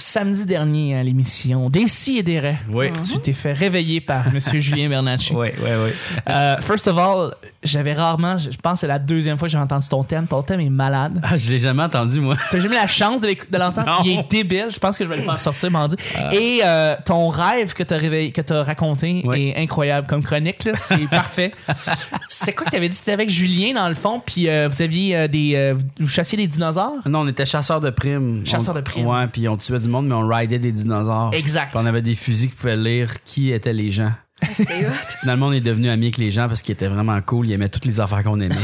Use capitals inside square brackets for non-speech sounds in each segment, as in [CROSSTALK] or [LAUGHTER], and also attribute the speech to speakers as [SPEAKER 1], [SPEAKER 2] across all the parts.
[SPEAKER 1] samedi dernier à l'émission Des si et des raies.
[SPEAKER 2] Oui.
[SPEAKER 1] Tu t'es fait réveiller
[SPEAKER 2] [LAUGHS]
[SPEAKER 1] par Monsieur Julien Bernatchez.
[SPEAKER 2] Oui, oui, oui.
[SPEAKER 1] Euh, first of all, j'avais rarement, je je pense que c'est la deuxième fois que j'ai entendu ton thème. Ton thème est malade.
[SPEAKER 2] Ah, je l'ai jamais entendu, moi.
[SPEAKER 1] T'as jamais eu la chance de l'éc- de l'entendre.
[SPEAKER 2] Non.
[SPEAKER 1] Il est débile. Je pense que je vais le faire sortir mardi. Et euh, ton rêve que t'as réveillé, que t'as raconté
[SPEAKER 2] Oui.
[SPEAKER 1] est incroyable comme chronique. là.
[SPEAKER 2] [LAUGHS]
[SPEAKER 1] C'est parfait. C'est quoi que t'avais dit T'étais avec Julien dans le fond, puis euh, vous aviez euh, des, euh, vous chassiez des dinosaures.
[SPEAKER 2] Non, on était chasseurs de primes.
[SPEAKER 1] Chasseurs
[SPEAKER 2] On-
[SPEAKER 1] de primes.
[SPEAKER 2] Ouais, puis on tuait du monde, mais on ridait des dinosaures.
[SPEAKER 1] Exact.
[SPEAKER 2] Puis on avait des fusils qui pouvaient lire qui étaient les gens.
[SPEAKER 3] Ah, C'était hot.
[SPEAKER 2] [LAUGHS] Finalement, on est devenu amis avec les gens parce qu'ils étaient vraiment cool. Ils aimaient toutes les affaires qu'on [LAUGHS] aimait.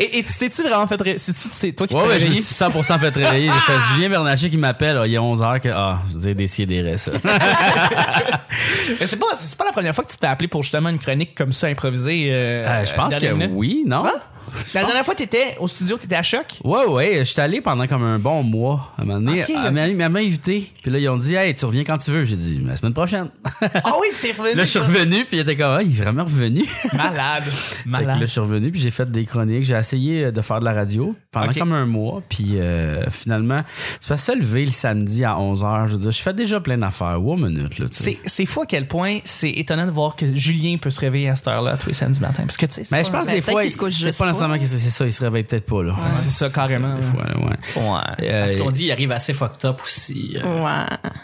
[SPEAKER 1] Et, et tu t'es-tu vraiment fait ré- C'est-tu c'est toi qui t'es
[SPEAKER 2] [LAUGHS] ouais, ouais, je me
[SPEAKER 1] réveillé?
[SPEAKER 2] suis 100% fait réveiller. J'ai fait Julien Bernatchez qui m'appelle. Ah, Il est 11h que. Ah, vous avez décidé des ça.
[SPEAKER 1] Mais c'est pas, c'est pas la première fois que tu t'es appelé pour justement une chronique comme ça improvisée. euh,
[SPEAKER 2] [LAUGHS] Euh, je pense
[SPEAKER 1] dernière
[SPEAKER 2] que
[SPEAKER 1] minute.
[SPEAKER 2] oui, non?
[SPEAKER 1] La dernière fois, t'étais au studio, t'étais à choc.
[SPEAKER 2] Ouais, ouais, j'étais allé pendant comme un bon mois. À un moment donné,
[SPEAKER 1] Ok,
[SPEAKER 2] elle m'a- elle m'a invité. Puis là, ils ont dit, hey, tu reviens quand tu veux. J'ai dit, la semaine prochaine.
[SPEAKER 1] Ah oui, puis c'est revenu.
[SPEAKER 2] Là, je suis revenu, puis il était comme, ah, il est vraiment
[SPEAKER 3] [LAUGHS]
[SPEAKER 2] revenu. Fait
[SPEAKER 1] Malade.
[SPEAKER 2] que là,
[SPEAKER 1] Malade.
[SPEAKER 2] je suis revenu, puis j'ai fait des chroniques. J'ai essayé euh, de faire de la radio pendant
[SPEAKER 1] Ok.
[SPEAKER 2] comme un mois. Puis euh, finalement, c'est parce que se lever le samedi à 11h, je veux dire, je fais déjà plein d'affaires. Wow, minute, là, tu sais.
[SPEAKER 1] C'est, c'est fou à quel point c'est étonnant de voir que Julien peut se réveiller à cette heure-là tous les samedis matin. Parce que tu sais, c'est
[SPEAKER 2] Mais
[SPEAKER 1] pas-
[SPEAKER 2] je pense
[SPEAKER 3] Ben,
[SPEAKER 2] des
[SPEAKER 3] peut-être
[SPEAKER 2] fois,
[SPEAKER 3] qu'il se couche
[SPEAKER 2] c'est
[SPEAKER 3] juste
[SPEAKER 2] pas
[SPEAKER 3] pas.
[SPEAKER 2] nécessairement que c'est c'est ça, il se réveille peut-être pas, là.
[SPEAKER 1] Ouais, c'est ça, carrément.
[SPEAKER 2] Des fois, là, ouais.
[SPEAKER 1] Ouais.
[SPEAKER 2] Euh,
[SPEAKER 4] Parce qu'on dit, il arrive assez fucked up aussi. euh,
[SPEAKER 3] Ouais.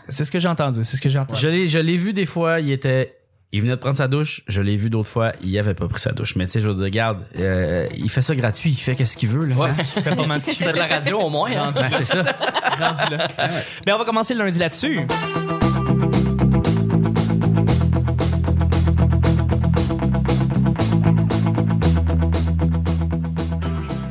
[SPEAKER 1] C'est ce que j'ai entendu. C'est ce que j'ai entendu.
[SPEAKER 2] Je l'ai, je l'ai vu des fois, il était. Il venait de prendre sa douche. Je l'ai vu d'autres fois, il avait pas pris sa douche. Mais tu sais, je veux dire, regarde, euh, il fait ça gratuit, il fait qu'est-ce qu'il veut, là.
[SPEAKER 4] Ouais.
[SPEAKER 1] Je fais pas mal de-
[SPEAKER 4] [LAUGHS] C'est de la radio au moins. hein.
[SPEAKER 2] Ouais, c'est
[SPEAKER 4] [LAUGHS]
[SPEAKER 2] ça.
[SPEAKER 1] rendu là. Ben, on va commencer le lundi là-dessus.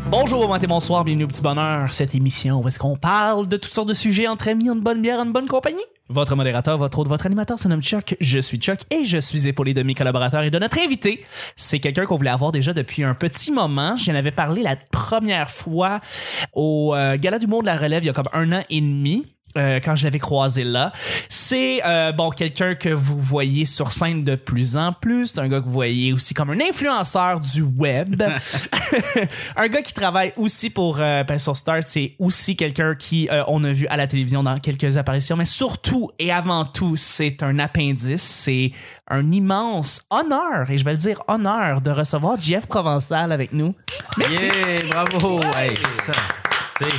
[SPEAKER 1] Bonjour, bon matin, bonsoir, bienvenue au Petit Bonheur, cette émission où est-ce qu'on parle de toutes sortes de sujets entre amis, en bonne bière, en bonne compagnie. Votre modérateur, votre hôte, votre animateur se nomme Chuck, je suis Chuck et je suis épaulé de mes collaborateurs et de notre invité. C'est quelqu'un qu'on voulait avoir déjà depuis un petit moment. J'en avais parlé la première fois au euh, Gala du Monde de la Relève il y a comme un an et demi. Euh, quand je l'avais croisé là. C'est euh, bon quelqu'un que vous voyez sur scène de plus en plus. C'est un gars que vous voyez aussi comme un influenceur du web. [LAUGHS] un gars qui travaille aussi pour euh, ben, sur Star. C'est aussi quelqu'un qui euh, on a vu à la télévision dans quelques apparitions. Mais surtout et avant tout, c'est un appendice. C'est un immense honneur et je vais le dire honneur de recevoir Jeff Provençal avec nous. Merci.
[SPEAKER 2] [LAUGHS] Yeah, bravo. Hey, ça. Tu sais,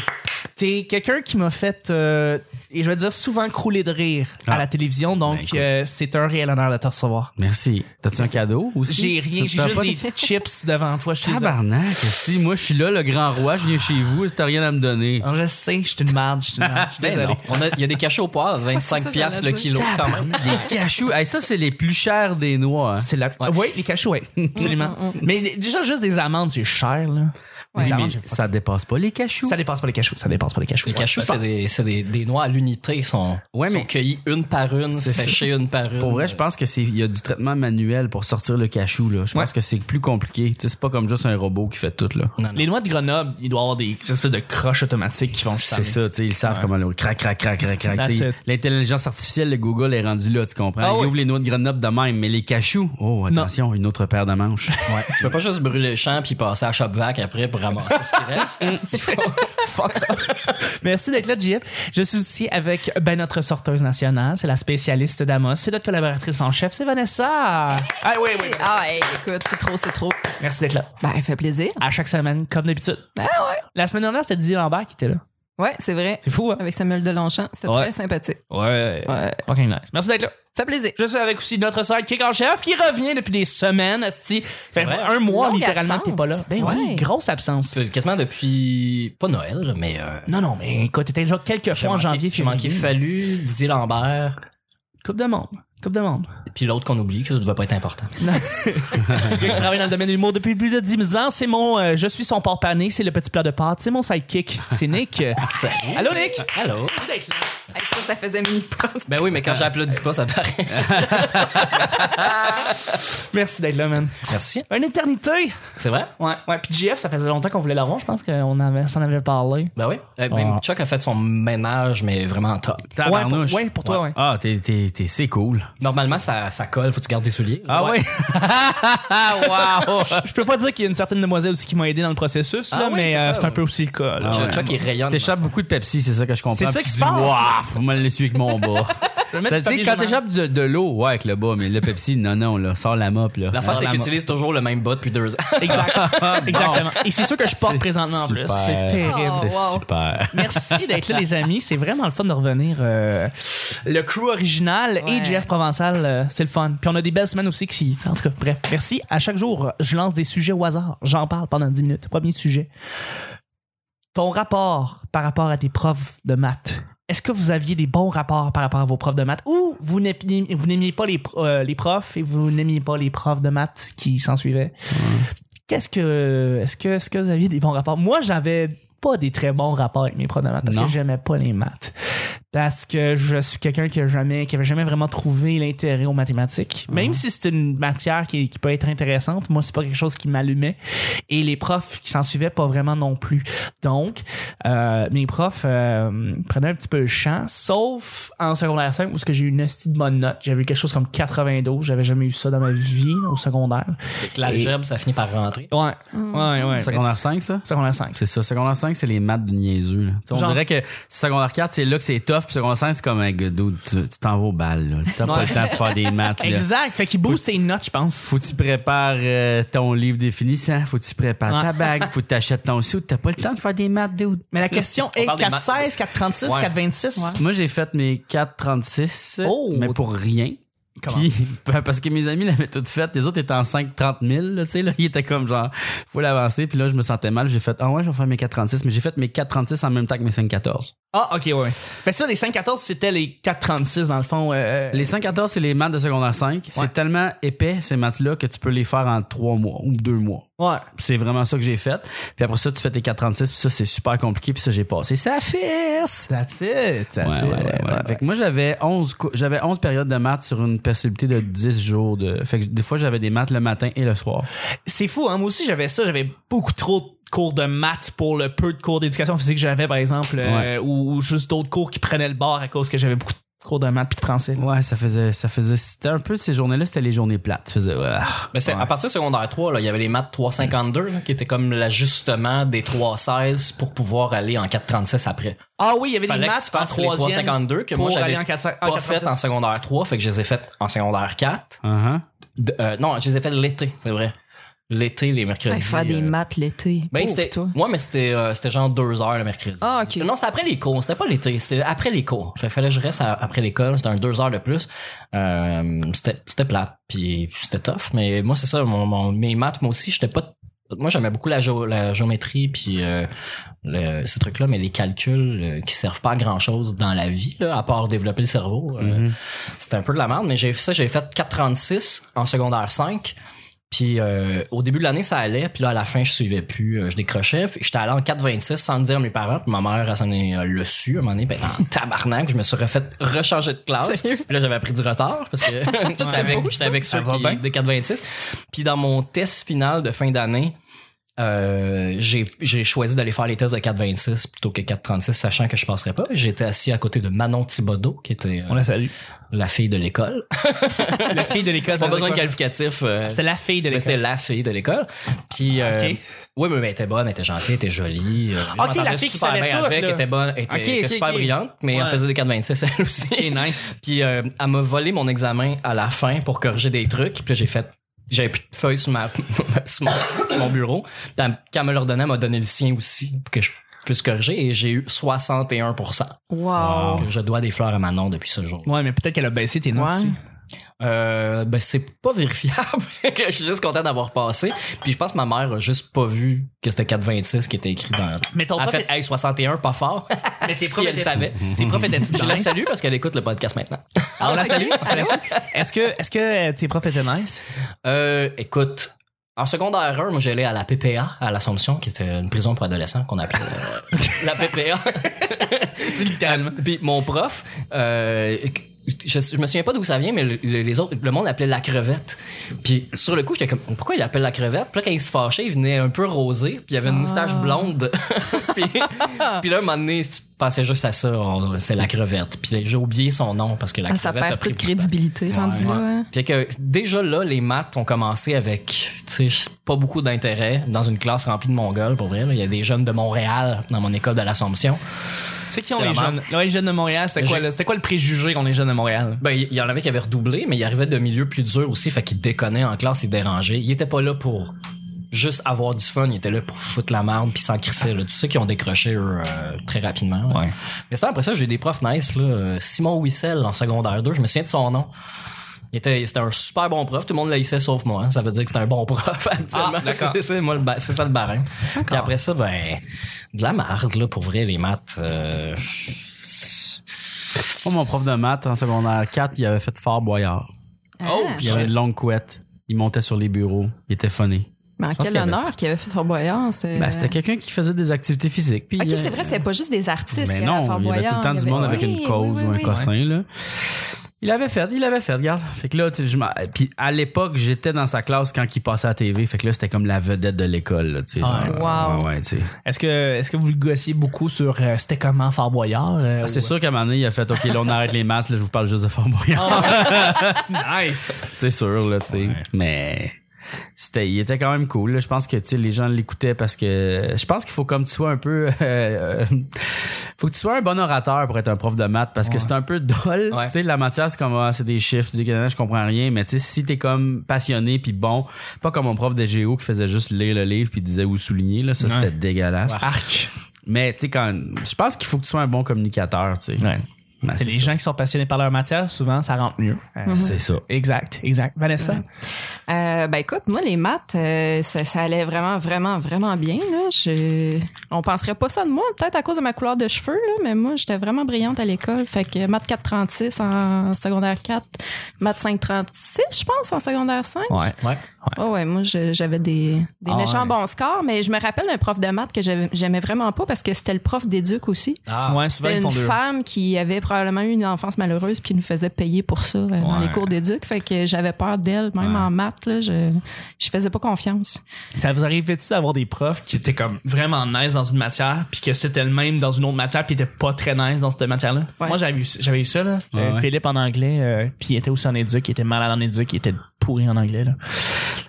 [SPEAKER 1] T'es quelqu'un qui m'a fait, euh, et je vais dire souvent crouler de rire à
[SPEAKER 2] Ah.
[SPEAKER 1] la télévision, donc
[SPEAKER 2] Ben, cool.
[SPEAKER 1] euh, c'est un réel honneur de te recevoir.
[SPEAKER 2] Merci. T'as-tu un cadeau aussi?
[SPEAKER 1] J'ai rien, j'ai
[SPEAKER 2] T'as
[SPEAKER 1] juste
[SPEAKER 2] pas
[SPEAKER 1] des chips devant toi. Je suis désolé.
[SPEAKER 2] [LAUGHS] Tabarnak, si moi je suis là, le grand roi, je viens chez vous, si t'as rien à me donner.
[SPEAKER 1] Ah, Je sais, je suis une merde, je suis une merde, [LAUGHS] je suis
[SPEAKER 4] Ben
[SPEAKER 1] désolé.
[SPEAKER 4] non. On a- Il y a des cachots au poivre, 25
[SPEAKER 3] Ouais, [LAUGHS] c'est ça,
[SPEAKER 4] piastres le
[SPEAKER 3] j'allais dire.
[SPEAKER 4] kilo quand même.
[SPEAKER 2] Des cachous. Hey, ça, c'est les plus chers des noix. hein.
[SPEAKER 1] C'est la...
[SPEAKER 4] Ouais.
[SPEAKER 1] Oui, Mm, les cachous, oui, absolument. Mais déjà, juste des amandes, c'est cher, là. Les
[SPEAKER 3] Ouais.
[SPEAKER 2] Mais
[SPEAKER 1] amandes, j'ai
[SPEAKER 2] ça dépasse pas les cachous.
[SPEAKER 1] Ça dépasse pas les cachous, ça dépasse pas les cachous.
[SPEAKER 4] Les cachous, c'est des, c'est des, des noix à l'unité. Ils sont,
[SPEAKER 2] Ouais,
[SPEAKER 4] sont
[SPEAKER 2] mais-
[SPEAKER 4] cueillis une par une,
[SPEAKER 2] C'est
[SPEAKER 4] séchés une par une.
[SPEAKER 2] Pour vrai, je pense que c'est il y a du traitement manuel pour sortir le cachou là. Je pense
[SPEAKER 1] Ouais.
[SPEAKER 2] que c'est plus compliqué. Tu sais, c'est pas comme juste un robot qui fait tout là.
[SPEAKER 4] Non, non.
[SPEAKER 1] Les noix de Grenoble, il doit y avoir des espèces de croches automatiques qui vont juste
[SPEAKER 2] C'est ça, tu sais, ils savent comment le crac crac crac crac crac.
[SPEAKER 1] That's
[SPEAKER 2] tu sais.
[SPEAKER 1] it.
[SPEAKER 2] L'intelligence artificielle de Google est rendue là, tu comprends
[SPEAKER 1] Ah
[SPEAKER 2] Ils
[SPEAKER 1] oui.
[SPEAKER 2] ouvrent les noix de Grenoble de même, mais les cachous, oh attention, une autre paire
[SPEAKER 1] [LAUGHS]
[SPEAKER 2] de manches.
[SPEAKER 4] Tu peux pas juste brûler le champ puis passer à Shopvac après pour ramasser ce qui reste. [LAUGHS] Il faut-
[SPEAKER 1] Fuck off. Merci d'être là, JF. Je suis aussi avec ben, notre sorteuse nationale. C'est la spécialiste d'Amos. C'est notre collaboratrice en chef. C'est Vanessa. Ah oui, oui.
[SPEAKER 3] Ah, hey, écoute, c'est trop, c'est trop.
[SPEAKER 1] Merci d'être là.
[SPEAKER 3] Ben, fait plaisir.
[SPEAKER 1] À chaque semaine, comme d'habitude.
[SPEAKER 3] Ben ouais.
[SPEAKER 1] La semaine dernière, c'était Didier Lambert qui était là.
[SPEAKER 3] Ouais, c'est vrai.
[SPEAKER 1] C'est fou, hein?
[SPEAKER 3] Avec Samuel Delonchamp. C'était
[SPEAKER 1] Ouais.
[SPEAKER 3] très sympathique.
[SPEAKER 1] Ouais.
[SPEAKER 3] Ouais.
[SPEAKER 1] Ok, nice. Merci d'être là.
[SPEAKER 3] Fait plaisir.
[SPEAKER 1] Je suis avec aussi notre sœur Kick en chef qui revient depuis des semaines. asti. Ça fait
[SPEAKER 4] vrai.
[SPEAKER 1] un mois,
[SPEAKER 3] Longue
[SPEAKER 1] littéralement, que
[SPEAKER 3] absence.
[SPEAKER 1] t'es pas là. Ben oui,
[SPEAKER 3] Ouais.
[SPEAKER 1] grosse absence.
[SPEAKER 4] C'est Quasiment depuis, pas Noël, là, mais euh,
[SPEAKER 1] Non, non, mais écoute, t'étais déjà quelques
[SPEAKER 4] j'ai
[SPEAKER 1] fois en
[SPEAKER 4] manqué-
[SPEAKER 1] janvier,
[SPEAKER 4] j'ai manqué
[SPEAKER 1] février.
[SPEAKER 4] Fallu, Didier Lambert,
[SPEAKER 1] Coupe de monde. Coupe de monde.
[SPEAKER 4] puis l'autre qu'on oublie, que ça doit pas être important.
[SPEAKER 1] Le gars qui travaille dans le domaine de l'humour depuis plus de 10 ans, c'est mon. euh, je suis son porte-pané, c'est le petit plat de pâtes, c'est mon sidekick, c'est [LAUGHS] Nick.
[SPEAKER 4] Salut.
[SPEAKER 1] Allô, Nick?
[SPEAKER 4] Ah, Allô?
[SPEAKER 3] Hey, Ça, ça faisait mini [LAUGHS] prof.
[SPEAKER 4] Ben oui, mais quand j'applaudis pas, ça paraît.
[SPEAKER 1] Merci d'être là, man.
[SPEAKER 4] [LAUGHS] Merci.
[SPEAKER 1] Une éternité!
[SPEAKER 4] C'est vrai?
[SPEAKER 1] Ouais, ouais. Puis GF, ça faisait longtemps qu'on voulait l'avoir, je pense qu'on avait, s'en avait parlé.
[SPEAKER 4] Ben oui. Euh, même Chuck a fait son ménage, mais vraiment top.
[SPEAKER 1] Ouais, pour,
[SPEAKER 2] Tabarnouche.
[SPEAKER 1] ouais, pour toi, ouais.
[SPEAKER 2] Ah, t'es, t'es, t'es- c'est cool.
[SPEAKER 4] Normalement, ça, ça colle, faut que tu gardes tes souliers.
[SPEAKER 2] Ah oui? wow!
[SPEAKER 1] Ah, oh. Je je peux pas dire qu'il y a une certaine demoiselle aussi qui m'a aidé dans le processus, là,
[SPEAKER 4] Ah oui,
[SPEAKER 1] mais
[SPEAKER 4] c'est
[SPEAKER 1] euh,
[SPEAKER 4] ça.
[SPEAKER 1] c'est Ah. un peu aussi le cas. là.
[SPEAKER 4] Ch-
[SPEAKER 2] Ah ouais.
[SPEAKER 4] Chuck est rayonne.
[SPEAKER 2] T'échappes
[SPEAKER 4] dans ce
[SPEAKER 2] beaucoup de Pepsi, c'est ça que je comprends.
[SPEAKER 1] C'est ça
[SPEAKER 2] Puis
[SPEAKER 1] qui se
[SPEAKER 2] tu dis,
[SPEAKER 1] passe.
[SPEAKER 2] Waouh, faut mal l'essuyer avec
[SPEAKER 1] [LAUGHS]
[SPEAKER 2] mon bas.
[SPEAKER 1] Je vais mettre
[SPEAKER 2] ça
[SPEAKER 1] du
[SPEAKER 2] dit
[SPEAKER 1] papier
[SPEAKER 2] quand
[SPEAKER 1] journal.
[SPEAKER 2] t'échappes de, de l'eau, ouais, avec le bas, mais le Pepsi, non, non, là, sors la mop, là.
[SPEAKER 4] L'affaire,
[SPEAKER 2] Sors
[SPEAKER 4] c'est
[SPEAKER 2] la
[SPEAKER 4] que tu
[SPEAKER 2] mop.
[SPEAKER 4] utilises toujours le même bas depuis deux ans.
[SPEAKER 1] Exact. [LAUGHS] Exactement. Et c'est sûr que je porte
[SPEAKER 2] C'est
[SPEAKER 1] présentement en plus.
[SPEAKER 2] super.
[SPEAKER 1] C'est terrible.
[SPEAKER 3] Oh,
[SPEAKER 2] C'est
[SPEAKER 3] wow.
[SPEAKER 2] super.
[SPEAKER 1] Merci d'être là, les amis. C'est vraiment le fun de revenir. euh, le crew original et
[SPEAKER 3] Ouais.
[SPEAKER 1] Jeff Provençal, euh, c'est le fun. Puis on a des belles semaines aussi. Qui, en tout cas, bref, merci. À chaque jour, je lance des sujets au hasard. J'en parle pendant 10 minutes. Premier sujet. Ton rapport par rapport à tes profs de maths. Est-ce que vous aviez des bons rapports par rapport à vos profs de maths ou vous n'aimiez vous n'aimiez pas les, pro- euh, les profs et vous n'aimiez pas les profs de maths qui s'en suivaient? Qu'est-ce que. Est-ce que, est-ce que vous aviez des bons rapports? Moi, j'avais pas des très bons rapports avec mes profs de maths parce
[SPEAKER 2] Non.
[SPEAKER 1] que j'aimais pas les maths. Parce que je suis quelqu'un qui a jamais, qui avait jamais vraiment trouvé l'intérêt aux mathématiques. Même si c'est une matière qui, qui peut être intéressante, moi, c'est pas quelque chose qui m'allumait. Et les profs qui s'en suivaient pas vraiment non plus. Donc, euh, mes profs euh, prenaient un petit peu le champ, sauf en secondaire 5 où ce que j'ai eu une hostie de bonne note. J'avais eu quelque chose comme 92. J'avais jamais eu ça dans ma vie au secondaire.
[SPEAKER 4] L'algèbre, ça finit par rentrer.
[SPEAKER 1] Ouais. Ouais, ouais.
[SPEAKER 2] Secondaire 5, ça?
[SPEAKER 1] Secondaire 5.
[SPEAKER 2] C'est ça. Secondaire 5, c'est les maths de niaiseux. là. Tu sais, On
[SPEAKER 1] Genre-
[SPEAKER 2] dirait que secondaire 4, c'est là que c'est tough. Puis secondaire 5, c'est comme, hey, good dude, tu tu t'en vas au bal. là. T'as pas
[SPEAKER 1] Ouais.
[SPEAKER 2] le temps de
[SPEAKER 1] [LAUGHS]
[SPEAKER 2] faire des maths. là.
[SPEAKER 1] Exact. Fait qu'il booste ses notes, je pense.
[SPEAKER 2] Faut que tu prépares euh, ton livre définissant. Faut que tu prépares ta bague. Faut que tu achètes ton sou. T'as pas le temps de faire des maths, dude.
[SPEAKER 1] Mais la question
[SPEAKER 4] On
[SPEAKER 1] est
[SPEAKER 4] parle des maths.
[SPEAKER 1] 416, 436,
[SPEAKER 4] Ouais.
[SPEAKER 1] 426.
[SPEAKER 2] Moi, j'ai fait mes 4,36,
[SPEAKER 1] Oh!
[SPEAKER 2] mais pour rien.
[SPEAKER 1] Comment?
[SPEAKER 2] [LAUGHS] Puis, ben, parce que mes amis l'avaient toutes faites. Les autres étaient en 5,30 000. Là, tu sais, là, ils étaient comme genre, faut l'avancer. Puis là, je me sentais mal. J'ai fait, ah ouais, je vais faire mes 4,36. Mais j'ai fait mes 4,36 en même temps que mes 5,14.
[SPEAKER 1] Ah, ok, ouais. ouais. Ben ça, les 514, c'était les 436, dans le fond. euh,
[SPEAKER 2] Les 5,14, c'est les maths de secondaire 5.
[SPEAKER 1] Ouais.
[SPEAKER 2] C'est tellement épais, ces maths-là, que tu peux les faire en 3 mois ou 2 mois.
[SPEAKER 1] Ouais.
[SPEAKER 2] C'est vraiment ça que j'ai fait. Puis après ça, tu fais tes 4,36. Puis ça, c'est super compliqué. Puis ça, j'ai passé. Ça fesse!
[SPEAKER 1] That's it. That's
[SPEAKER 2] Ouais,
[SPEAKER 1] it.
[SPEAKER 2] ouais, ouais, ouais. Fait que moi, j'avais 11, cou- j'avais 11 périodes de maths sur une possibilité de 10 jours. De... Fait que des fois, j'avais des maths le matin et le soir.
[SPEAKER 1] C'est fou, hein. Moi aussi, j'avais ça. J'avais beaucoup trop de cours de maths pour le peu de cours d'éducation physique que j'avais, par exemple, euh, ou, ou juste d'autres cours qui prenaient le bord à cause que j'avais beaucoup de cours de maths puis de français.
[SPEAKER 2] Ouais, ça faisait. ça faisait C'était un peu ces journées-là, c'était les journées plates. Tu faisais. ah.
[SPEAKER 4] Mais c'est à partir de secondaire 3, là, il y avait les maths 352 là, qui était comme l'ajustement des 316 pour pouvoir aller en 436 après.
[SPEAKER 1] Ah oui, il y avait
[SPEAKER 4] Fallait
[SPEAKER 1] des
[SPEAKER 4] que
[SPEAKER 1] maths
[SPEAKER 4] tu fasses les
[SPEAKER 1] en troisième
[SPEAKER 4] 352 que
[SPEAKER 1] pour
[SPEAKER 4] moi j'avais
[SPEAKER 1] aller en 400 en
[SPEAKER 4] pas fait
[SPEAKER 1] 436.
[SPEAKER 4] en secondaire 3, fait que je les ai faites en secondaire 4.
[SPEAKER 2] Uh-huh.
[SPEAKER 4] De- euh, non, je les ai faites l'été, c'est vrai. L'été, les mercredis.
[SPEAKER 3] Hey, faire des
[SPEAKER 4] euh,
[SPEAKER 3] maths l'été.
[SPEAKER 4] Ben,
[SPEAKER 3] Pauvre,
[SPEAKER 4] c'était.
[SPEAKER 3] toi.
[SPEAKER 4] Moi, mais c'était euh, c'était genre deux heures le mercredi.
[SPEAKER 3] Ah, ok.
[SPEAKER 4] Non, c'était après les cours. C'était pas l'été. C'était après les cours. Il fallait que je reste à- après l'école. C'était un deux heures de plus. Euh, c'était c'était plate. Puis c'était tough. Mais moi, c'est ça. Mon, mon- mes maths, moi aussi, j'étais pas. Moi, j'aimais beaucoup la, géo- la géométrie. Puis. euh, le- ces trucs-là, mais les calculs euh, qui servent pas à grand-chose dans la vie, là, à part développer le cerveau,
[SPEAKER 3] Mm-hmm.
[SPEAKER 4] euh, c'était un peu de la merde. Mais j'ai ça, j'ai fait 4,36 en secondaire 5. Puis euh, au début de l'année, ça allait. Puis là, à la fin, je suivais plus. euh, je décrochais. Puis J'étais allé en 4,26 sans le dire à mes parents. Puis ma mère, elle s'en est euh, le su à un moment donné. Ben, en [LAUGHS] tabarnak, je me serais fait rechanger de classe. Puis là, j'avais pris du retard parce que [LAUGHS] j'étais avec, j'étais avec ceux
[SPEAKER 1] Ça va
[SPEAKER 4] qui,
[SPEAKER 1] bien.
[SPEAKER 4] de 4,26. Puis dans mon test final de fin d'année, euh, j'ai j'ai choisi d'aller faire les tests de 4,26 plutôt que 4,36, sachant que je passerais pas. J'étais assis à côté de Manon Thibodeau, qui était euh,
[SPEAKER 1] On la salue.
[SPEAKER 4] la fille de l'école.
[SPEAKER 1] [LAUGHS] la fille de
[SPEAKER 4] [LAUGHS]
[SPEAKER 1] l'école. ça
[SPEAKER 4] Pas
[SPEAKER 1] veut
[SPEAKER 4] besoin de
[SPEAKER 1] dire quoi?
[SPEAKER 4] qualificatif. euh,
[SPEAKER 1] C'était la fille de
[SPEAKER 4] mais
[SPEAKER 1] l'école. Ah,
[SPEAKER 4] c'était la fille de l'école. Puis, euh,
[SPEAKER 1] Ok.
[SPEAKER 4] oui, mais elle était bonne, elle était gentille, elle était jolie. euh, je
[SPEAKER 1] Ok,
[SPEAKER 4] m'entendais
[SPEAKER 1] la fille qui
[SPEAKER 4] super
[SPEAKER 1] savait
[SPEAKER 4] bien
[SPEAKER 1] tout,
[SPEAKER 4] avec,
[SPEAKER 1] là.
[SPEAKER 4] elle était bonne, elle était,
[SPEAKER 1] Ok,
[SPEAKER 4] elle était
[SPEAKER 1] ok,
[SPEAKER 4] super
[SPEAKER 1] ok.
[SPEAKER 4] brillante, mais elle
[SPEAKER 1] Ouais.
[SPEAKER 4] faisait des 4,26 elle aussi.
[SPEAKER 1] nice.
[SPEAKER 4] [LAUGHS] Puis euh, elle m'a volé mon examen à la fin pour corriger des trucs. Puis là, j'ai fait. J'avais plus de feuilles sur, ma, [LAUGHS] sur mon, sur mon bureau. Puis elle- Quand elle me leur donnait, elle m'a donné le sien aussi pour que je puisse corriger. Et j'ai eu 61
[SPEAKER 3] Wow.
[SPEAKER 4] Donc, Je dois des fleurs à Manon depuis ce jour.
[SPEAKER 1] Ouais, mais peut-être qu'elle a baissé tes notes.
[SPEAKER 3] Ouais.
[SPEAKER 1] aussi.
[SPEAKER 4] Euh, ben, c'est pas vérifiable. [LAUGHS] je suis juste content d'avoir passé. Puis je pense que ma mère a juste pas vu que c'était 426 qui était écrit dans.
[SPEAKER 1] Mais ton
[SPEAKER 4] Elle a
[SPEAKER 1] prof
[SPEAKER 4] fait, hey, 61, pas fort.
[SPEAKER 1] Mais tes
[SPEAKER 4] [LAUGHS] Si
[SPEAKER 1] profs
[SPEAKER 4] elle
[SPEAKER 1] étaient-
[SPEAKER 4] savait.
[SPEAKER 1] [LAUGHS] Tes profs étaient-tu
[SPEAKER 4] Je la
[SPEAKER 1] nice?
[SPEAKER 4] salue parce qu'elle écoute le podcast maintenant.
[SPEAKER 1] Ah, on la salue? On la salue. Est-ce que, est-ce que euh, tes profs étaient nice?
[SPEAKER 4] Euh, écoute, en secondaire 1, moi j'allais à la PPA à l'Assomption, qui était une prison pour adolescents qu'on appelait euh, la PPA.
[SPEAKER 3] [LAUGHS]
[SPEAKER 1] C'est littéralement.
[SPEAKER 4] Puis mon prof, euh, je, je me souviens pas d'où ça vient, mais le, le- les autres, le monde l'appelait la crevette. Puis sur le coup, j'étais comme, pourquoi il l'appelle la crevette? Puis là, quand il se fâchait, il venait un peu rosé, puis il avait une
[SPEAKER 3] Ah.
[SPEAKER 4] moustache blonde. [LAUGHS] puis, puis là, un moment donné, si tu pensais juste à ça, on- c'est la crevette. Puis j'ai oublié son nom parce que la
[SPEAKER 3] Ah, ça
[SPEAKER 4] crevette a
[SPEAKER 3] perd
[SPEAKER 4] pris
[SPEAKER 3] toute crédibilité rendu là.
[SPEAKER 4] Ouais.
[SPEAKER 3] hein.
[SPEAKER 4] Fait que déjà là, les maths ont commencé avec tu sais, pas beaucoup d'intérêt dans une classe remplie de Mongols, pour vrai. là. Il y a des jeunes de Montréal dans mon école de l'Assomption.
[SPEAKER 1] C'est qui on
[SPEAKER 4] C'est
[SPEAKER 1] les
[SPEAKER 4] la
[SPEAKER 1] jeunes? Ouais, les jeunes de Montréal, c'était quoi,
[SPEAKER 4] J'ai-
[SPEAKER 1] le- c'était quoi le préjugé qu'on est jeunes de Montréal?
[SPEAKER 4] Ben, il y en avait qui avaient redoublé, mais il arrivait de milieux plus durs aussi, fait qu'il déconnait en classe, il dérangeait. Il était pas là pour juste avoir du fun, il était là pour foutre la merde puis s'en crisser, là. Tu sais qu'ils ont décroché, eux, euh, très rapidement. là. Mais ça, après ça, j'ai des profs nice, là. Euh, Simon Wissel, en secondaire 2, je me souviens de son nom. Il était, c'était un super bon prof, tout le monde l'haïssait sauf moi. hein. Ça veut dire que c'était un bon [LAUGHS] prof actuellement.
[SPEAKER 1] Ah, d'accord.
[SPEAKER 4] c'est, c'est moi le ba- c'est ça le barème. Puis après ça, ben, de la marde, là, pour vrai, les maths. euh,
[SPEAKER 2] Moi, mon prof de maths en secondaire 4, il avait fait fort boyard.
[SPEAKER 1] Oh,
[SPEAKER 3] Ah.
[SPEAKER 2] Il avait une longue couette. Il montait sur les bureaux. Il était funny.
[SPEAKER 3] Mais en
[SPEAKER 2] pense
[SPEAKER 3] quel
[SPEAKER 2] qu'il y avait-
[SPEAKER 3] honneur qu'il avait fait Fort Boyard. c'est-
[SPEAKER 2] Ben, c'était quelqu'un qui faisait des activités physiques. Puis,
[SPEAKER 3] Euh, Ok,
[SPEAKER 2] euh,
[SPEAKER 3] c'est vrai, c'était pas juste des artistes.
[SPEAKER 2] Mais
[SPEAKER 3] qui allaient à
[SPEAKER 2] Ben non,
[SPEAKER 3] Fort
[SPEAKER 2] il y avait tout le
[SPEAKER 3] Boyard,
[SPEAKER 2] temps
[SPEAKER 3] il y
[SPEAKER 2] du
[SPEAKER 3] avait-
[SPEAKER 2] monde avec
[SPEAKER 3] Oui,
[SPEAKER 2] une cause
[SPEAKER 3] oui,
[SPEAKER 2] ou un
[SPEAKER 3] oui, oui.
[SPEAKER 2] cossin, là. Il avait fait, il avait fait, regarde. Fait que là, tu sais, je m'en- euh, Puis à l'époque, j'étais dans sa classe quand il passait à la TV. Fait que là, c'était comme la vedette de l'école, là, tu sais.
[SPEAKER 1] Ah,
[SPEAKER 2] genre, ouais,
[SPEAKER 3] wow.
[SPEAKER 2] ouais, tu sais.
[SPEAKER 1] Est-ce que, est-ce que vous le gossiez beaucoup sur euh, c'était comment Fort Boyard? euh,
[SPEAKER 2] Ah, C'est
[SPEAKER 1] ou-
[SPEAKER 2] sûr qu'à un moment donné, il a fait, OK, là, on arrête les maths, là, je vous parle juste de Fort Boyard.
[SPEAKER 1] Nice!
[SPEAKER 2] C'est sûr, là, tu sais. Mais c'était, il était quand même cool. là. Je pense que, tu sais, les gens l'écoutaient parce que je pense qu'il faut comme tu sois un peu. [LAUGHS] euh, euh, faut que tu sois un bon orateur pour être un prof de maths parce que c'est un peu dol.
[SPEAKER 4] Ouais.
[SPEAKER 2] Tu sais, la matière, c'est comme, ah, c'est des chiffres, tu dis que je comprends rien. Mais tu sais, si t'es comme passionné puis bon, pas comme mon prof de géo qui faisait juste lire le livre puis disait où souligner, là, ça, c'était dégueulasse.
[SPEAKER 1] Arc!
[SPEAKER 2] Mais tu sais, quand. Je pense qu'il faut que tu sois un bon communicateur, tu sais.
[SPEAKER 1] Ouais.
[SPEAKER 2] Ben,
[SPEAKER 1] C'est les gens qui sont passionnés par leur matière, souvent, ça rentre mieux. Euh,
[SPEAKER 2] C'est ça.
[SPEAKER 1] Exact, exact. Vanessa?
[SPEAKER 3] Euh, ben écoute, moi les maths, euh, ça, ça allait vraiment, vraiment, vraiment bien. Là. Je... On penserait pas ça de moi, peut-être à cause de ma couleur de cheveux, là, mais moi j'étais vraiment brillante à l'école. Fait que maths 436 en secondaire 4, maths 536 je pense en secondaire 5.
[SPEAKER 1] Ouais.
[SPEAKER 4] ouais.
[SPEAKER 3] Oh ouais, moi je- j'avais des, des
[SPEAKER 4] Ah
[SPEAKER 3] méchants
[SPEAKER 4] ouais.
[SPEAKER 3] bons scores, mais je me rappelle d'un prof de maths que j'aimais- j'aimais vraiment pas parce que c'était le prof d'éduc aussi.
[SPEAKER 4] Ah.
[SPEAKER 1] ouais, souvent,
[SPEAKER 3] C'était
[SPEAKER 1] ils
[SPEAKER 3] une
[SPEAKER 1] font deux.
[SPEAKER 3] femme qui avait probablement eu une enfance malheureuse puis qui nous faisait payer pour ça euh, dans
[SPEAKER 1] Ouais.
[SPEAKER 3] les cours d'éduc. Fait que j'avais peur d'elle, même en maths, là, je, je faisais pas confiance.
[SPEAKER 1] Ça vous arrivait-tu d'avoir des profs qui étaient comme vraiment nice dans une matière, puis que c'était le même dans une autre matière, puis étaient pas très nice dans cette matière-là?
[SPEAKER 3] Ouais.
[SPEAKER 1] Moi, j'avais eu, j'avais eu ça, là.
[SPEAKER 2] Ouais,
[SPEAKER 1] Euh,
[SPEAKER 2] ouais.
[SPEAKER 1] Philippe en anglais, euh, puis il était aussi en éduc, il était malade en éduc, il était pourri en anglais, là.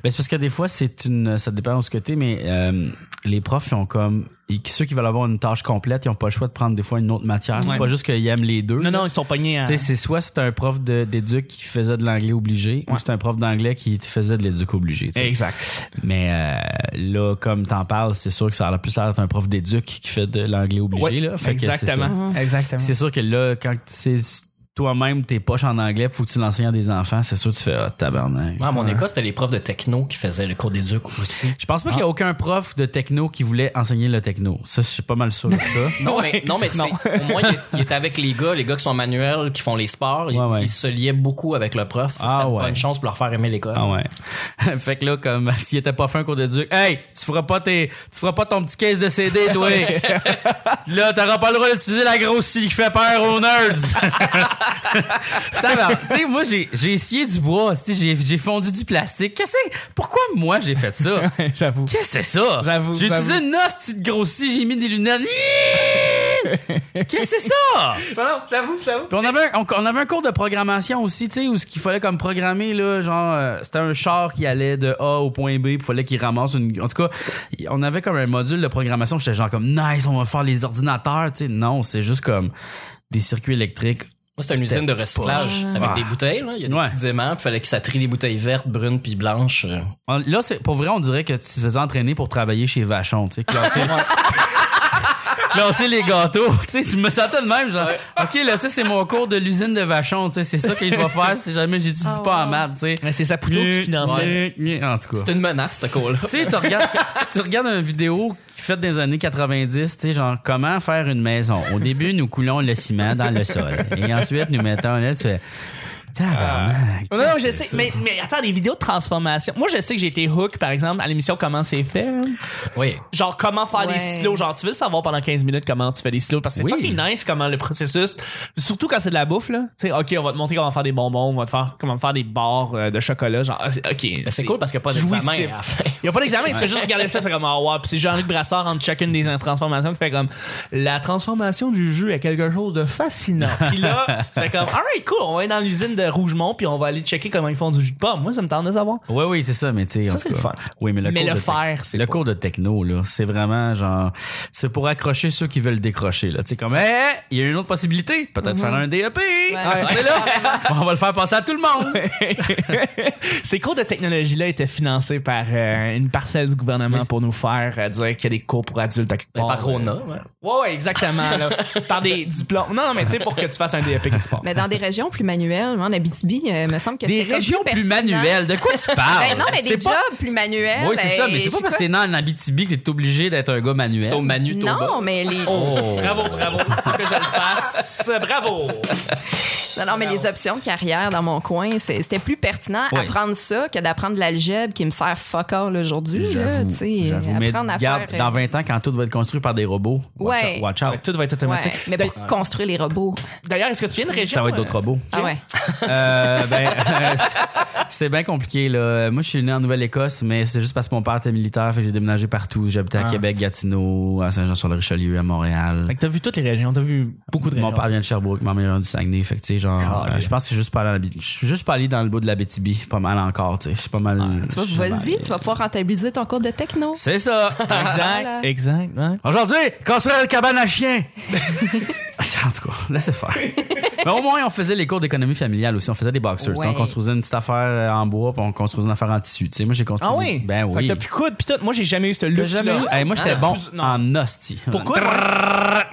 [SPEAKER 2] Ben, c'est parce que des fois, c'est une. Ça dépend où ce côté, mais euh, les profs, ils ont comme. ils- ceux qui veulent avoir une tâche complète, ils n'ont pas le choix de prendre des fois une autre matière.
[SPEAKER 1] Ouais.
[SPEAKER 2] C'est pas juste qu'ils aiment les deux.
[SPEAKER 1] Non, non, ils sont pognés à.
[SPEAKER 2] Tu sais, c'est soit c'est un prof de- d'éduc qui faisait de l'anglais obligé, ou
[SPEAKER 1] Ouais.
[SPEAKER 2] c'est un prof d'anglais qui faisait de l'éduc obligé. tu sais.
[SPEAKER 1] Exact.
[SPEAKER 2] Mais euh, là, comme t'en parles, c'est sûr que ça a l'air plus l'air d'être un prof d'éduc qui fait de l'anglais obligé.
[SPEAKER 1] Ouais,
[SPEAKER 2] là. Fait que c'est ça.
[SPEAKER 1] exactement. [LAUGHS] Exactement.
[SPEAKER 2] C'est sûr que là, quand c'est toi-même tes poches en anglais, faut que tu l'enseignes à des enfants, c'est sûr que tu fais ah, tabarnak.
[SPEAKER 4] Ouais, à mon école, c'était les profs de techno qui faisaient le cours d'éduc aussi.
[SPEAKER 2] Je pense pas qu'il y a aucun prof de techno qui voulait enseigner le techno. Ça, je suis pas mal sûr de ça.
[SPEAKER 4] Non, mais, non, mais c'est- au moins, il est- il était avec les gars, les gars qui sont manuels, qui font les sports. il-
[SPEAKER 2] Ouais, ouais.
[SPEAKER 4] Ils se liaient beaucoup avec le prof. Ça,
[SPEAKER 2] Ah,
[SPEAKER 4] c'était une
[SPEAKER 2] ouais.
[SPEAKER 4] bonne chance pour leur faire aimer l'école.
[SPEAKER 2] Ah ouais. [LAUGHS] fait que là, comme [LAUGHS] s'il était pas fin un cours de Duc, hey, tu feras pas tes, tu feras pas ton petit caisse de CD, toi. [LAUGHS] là, t'auras pas le droit d'utiliser la grosse scie qui fait peur aux nerds. [LAUGHS] Tabarnak. tu sais, moi, j'ai, j'ai scié du bois, tu sais, j'ai, j'ai fondu du plastique. Qu'est-ce que, pourquoi moi j'ai fait ça?
[SPEAKER 1] J'avoue.
[SPEAKER 2] Qu'est-ce que c'est ça?
[SPEAKER 1] J'avoue,
[SPEAKER 2] J'ai utilisé
[SPEAKER 1] j'avoue.
[SPEAKER 2] une hostie de grossie, j'ai mis des lunettes. Qu'est-ce que c'est ça?
[SPEAKER 1] [LAUGHS] j'avoue, j'avoue.
[SPEAKER 2] Puis on avait, un, on, on avait un cours de programmation aussi, tu sais, où ce qu'il fallait comme programmer, là, genre, euh, c'était un char qui allait de A au point B, puis il fallait qu'il ramasse une. En tout cas, y- on avait comme un module de programmation, j'étais genre comme, nice, on va faire les ordinateurs, tu sais. Non, c'est juste comme des circuits électriques.
[SPEAKER 4] Moi, c'était une
[SPEAKER 2] C'était
[SPEAKER 4] usine de recyclage
[SPEAKER 3] poche.
[SPEAKER 4] avec
[SPEAKER 2] Ah.
[SPEAKER 4] des bouteilles. Là. Il y a des
[SPEAKER 2] Ouais.
[SPEAKER 4] petits aimants, il fallait que ça trie les bouteilles vertes, brunes puis blanches. euh.
[SPEAKER 2] On- Ah, là, c'est, pour vrai, on dirait que tu te faisais entraîner pour travailler chez Vachon, tu sais, [LAUGHS] classer. classer les gâteaux, tu sais, je me sentais de même, genre, ok, là, ça, c'est mon cours de l'usine de Vachon, tu sais, c'est ça que je vais faire si jamais j'étudie
[SPEAKER 3] Ah,
[SPEAKER 2] pas en
[SPEAKER 3] wow.
[SPEAKER 2] maths, tu sais.
[SPEAKER 1] C'est Saputo qui finançait.
[SPEAKER 2] Ouais. En tout cas.
[SPEAKER 4] C'est une menace, ce
[SPEAKER 2] [LAUGHS]
[SPEAKER 4] cours-là.
[SPEAKER 2] Tu sais, tu regardes, tu regardes une vidéo faite dans les années 90, tu sais, genre comment faire une maison. Au début, nous coulons le ciment dans le sol. Et ensuite, nous mettons là, tu fais.
[SPEAKER 1] Tabarnak.
[SPEAKER 2] Ah.
[SPEAKER 1] non, non, je
[SPEAKER 2] C'est
[SPEAKER 1] sais.
[SPEAKER 2] ça.
[SPEAKER 1] Mais, mais attends, les vidéos de transformation. Moi, je sais que j'ai été hook, par exemple, à l'émission Comment c'est fait. là.
[SPEAKER 4] Oui.
[SPEAKER 1] Genre, comment faire des
[SPEAKER 3] Ouais.
[SPEAKER 1] stylos. Genre, tu veux savoir pendant 15 minutes comment tu fais des stylos. Parce que c'est
[SPEAKER 4] Oui.
[SPEAKER 1] fucking nice comment le processus. Surtout quand c'est de la bouffe, là. Tu sais, OK, on va te montrer comment faire des bonbons. On va te faire comment faire des barres euh, de chocolat. Genre, ah, c'est- OK.
[SPEAKER 4] Ben, C'est cool parce qu'il n'y a pas
[SPEAKER 1] jouissif.
[SPEAKER 4] d'examen à la fin.
[SPEAKER 1] Il n'y a pas d'examen, tu fais juste regarder ça, c'est comme, ah ouais, puis c'est Jean-Luc Brassard entre chacune des transformations qui fait comme, la transformation du jeu est quelque chose de fascinant. Puis
[SPEAKER 4] [LAUGHS]
[SPEAKER 1] là, tu fais comme, alright, cool, on va aller dans l'usine de Rougemont, puis on va aller checker comment ils font du jus de pomme. Moi, ça me tente de savoir.
[SPEAKER 2] Oui, oui, c'est ça, mais tu sais.
[SPEAKER 1] Ça,
[SPEAKER 2] en
[SPEAKER 1] c'est
[SPEAKER 2] tout
[SPEAKER 1] le
[SPEAKER 2] cas-
[SPEAKER 1] fun.
[SPEAKER 2] Oui, mais le,
[SPEAKER 1] Mais
[SPEAKER 2] cours
[SPEAKER 1] le
[SPEAKER 2] de
[SPEAKER 1] faire,
[SPEAKER 2] tec-
[SPEAKER 1] c'est
[SPEAKER 2] Le
[SPEAKER 1] pas-
[SPEAKER 2] cours de techno, là, c'est vraiment genre. C'est pour accrocher ceux qui veulent décrocher, là. Tu sais, comme, hé, il y a une autre possibilité. Peut-être faire
[SPEAKER 3] Mhm.
[SPEAKER 2] un DEP. Ah, c'est
[SPEAKER 3] [LAUGHS]
[SPEAKER 2] là. On va le faire passer à tout le monde.
[SPEAKER 1] [LAUGHS] Ces cours de technologie-là étaient financés par euh, une parcelle du gouvernement pour nous faire euh, dire qu'il y a des cours pour adultes à quelque part.
[SPEAKER 2] ben,
[SPEAKER 4] Ben,
[SPEAKER 1] euh,
[SPEAKER 4] Par Rona, ouais.
[SPEAKER 1] Ouais, ouais, exactement, là. par des diplômes. Non, non, mais tu sais, pour que tu fasses un DEP quelque part.
[SPEAKER 3] Mais dans des régions plus manuelles, moi, en Abitibi, euh, me semble que
[SPEAKER 2] Des
[SPEAKER 3] c'était comme
[SPEAKER 2] régions plus
[SPEAKER 3] pertinent.
[SPEAKER 2] manuelles. De quoi tu parles?
[SPEAKER 3] Ben non, mais des
[SPEAKER 2] C'est pas-
[SPEAKER 3] jobs plus manuels.
[SPEAKER 2] Oui, c'est ça,
[SPEAKER 3] euh,
[SPEAKER 2] mais c'est
[SPEAKER 3] je
[SPEAKER 2] pas
[SPEAKER 3] sais
[SPEAKER 2] parce que t'es né en Abitibi que t'es obligé d'être un gars manuel.
[SPEAKER 4] C'est au Manu Toba.
[SPEAKER 3] Non, mais les,
[SPEAKER 1] Oh, bravo, bravo. Faut que je le fasse. Bravo.
[SPEAKER 3] non, non, mais les options de carrière dans mon coin, c'est- c'était plus pertinent
[SPEAKER 2] Ouais.
[SPEAKER 3] apprendre ça que d'apprendre l'algèbre qui me sert fuck all aujourd'hui. là,
[SPEAKER 2] J'avoue,
[SPEAKER 3] tu sais,
[SPEAKER 2] j'avoue, mais
[SPEAKER 3] apprendre à
[SPEAKER 2] regarde,
[SPEAKER 3] faire,
[SPEAKER 2] dans
[SPEAKER 3] euh,
[SPEAKER 2] 20 ans, quand tout va être construit par des robots, watch
[SPEAKER 3] Ouais.
[SPEAKER 2] out, watch out.
[SPEAKER 1] Tout va être
[SPEAKER 3] ouais,
[SPEAKER 1] automatique.
[SPEAKER 3] mais pour construire les robots.
[SPEAKER 1] D'ailleurs, est-ce que tu viens de région?
[SPEAKER 2] Ça va être d'autres robots.
[SPEAKER 3] Ah ouais.
[SPEAKER 2] Euh, ben, [LAUGHS] c'est- c'est bien compliqué. Là. Moi, je suis né en Nouvelle-Écosse, mais c'est juste parce que mon père était militaire, fait que j'ai déménagé partout. J'habitais à Québec, Gatineau, à Saint-Jean-sur-le-Richelieu, à Montréal.
[SPEAKER 1] euh? Fait que t'as vu toutes les régions, t'as vu beaucoup de
[SPEAKER 2] Mon
[SPEAKER 1] régions.
[SPEAKER 2] père vient de Sherbrooke, ma mère vient du Saguenay. Fait que, tu sais, genre,
[SPEAKER 1] Ah,
[SPEAKER 2] euh,
[SPEAKER 1] oui.
[SPEAKER 2] je pense que je suis juste pas allé dans la Bi- je suis juste pas allé dans le bout de la BTB. Pas mal encore, tu sais. Je suis pas mal.
[SPEAKER 3] Ah, Tu vois,
[SPEAKER 2] je suis pas
[SPEAKER 3] Vas-y,
[SPEAKER 2] mal-
[SPEAKER 3] tu vas pouvoir rentabiliser ton cours de techno.
[SPEAKER 2] C'est ça. Ah,
[SPEAKER 3] Voilà.
[SPEAKER 1] Exact, exact. ouais.
[SPEAKER 2] Aujourd'hui, construire une cabane à chien. en tout cas, laissez faire. Mais au moins, on faisait les cours d'économie familiale aussi. On faisait des boxers. tu sais, On
[SPEAKER 3] Ouais.
[SPEAKER 2] construisait une petite affaire euh, en bois, puis on construisait une affaire en tissu. Tu sais, moi, j'ai construit.
[SPEAKER 1] Ah oui?
[SPEAKER 2] Ben
[SPEAKER 1] Fait que
[SPEAKER 2] oui.
[SPEAKER 1] t'as plus coude pis tout. Moi, j'ai jamais eu ce
[SPEAKER 2] T'as
[SPEAKER 1] luxe
[SPEAKER 2] jamais eu- Hey, moi, j'étais bon
[SPEAKER 1] Non.
[SPEAKER 2] en hostie.
[SPEAKER 1] Pourquoi?